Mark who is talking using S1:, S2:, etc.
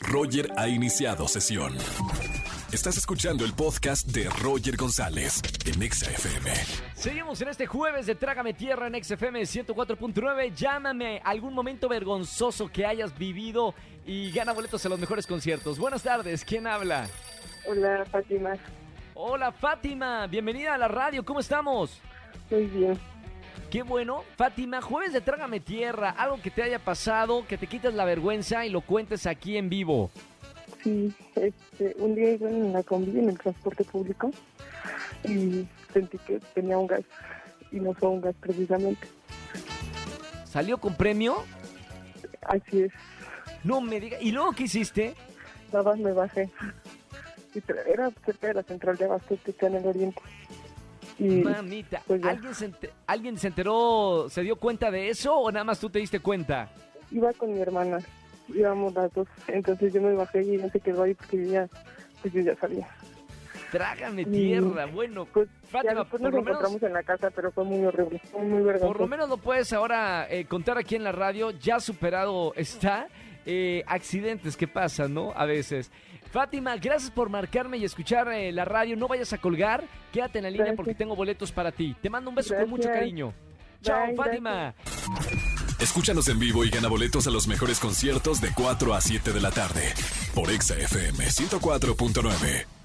S1: Roger ha iniciado sesión. Estás escuchando el podcast de Roger González en Exa FM.
S2: Seguimos en este jueves de Trágame Tierra en XFM 104.9. Llámame algún momento vergonzoso que hayas vivido y gana boletos a los mejores conciertos. Buenas tardes, ¿quién habla?
S3: Hola, Fátima.
S2: Hola Fátima, bienvenida a la radio, ¿cómo estamos?
S3: Muy bien.
S2: Qué bueno. Fátima, jueves de Trágame Tierra, algo que te haya pasado, que te quites la vergüenza y lo cuentes aquí en vivo.
S3: Sí, este, un día iba en la combi, en el transporte público, y sentí que tenía un gas, y no fue un gas precisamente.
S2: ¿Salió con premio?
S3: Así es.
S2: No me digas. ¿Y luego qué hiciste?
S3: Nada más me bajé. Y tra- era cerca de la central de abastos que está en el oriente. Y
S2: Mamita,
S3: pues ya.
S2: ¿alguien se, enter- ¿alguien se enteró, se dio cuenta de eso o nada más tú te diste cuenta?
S3: iba con mi hermana, íbamos las dos. Entonces yo me bajé y ella se quedó ahí porque yo ya, pues yo ya sabía.
S2: Trágame
S3: Mm.
S2: tierra, bueno.
S3: Pues ya
S2: Fátima,
S3: después
S2: por
S3: nos
S2: lo menos...
S3: encontramos en la casa, pero fue muy horrible, fue muy vergonzoso.
S2: Por lo menos lo puedes ahora eh, contar aquí en la radio. Ya superado está. eh, accidentes que pasan, ¿no? A veces. Fátima, gracias por marcarme y escuchar eh, la radio. No vayas a colgar. Quédate en la línea
S3: Gracias.
S2: porque tengo boletos para ti. Te mando un beso con mucho
S3: Gracias.
S2: cariño. Chao,
S3: Bye,
S2: Fátima.
S1: Escúchanos en vivo y gana boletos a los mejores conciertos de 4 a 7 de la tarde por Exa FM 104.9.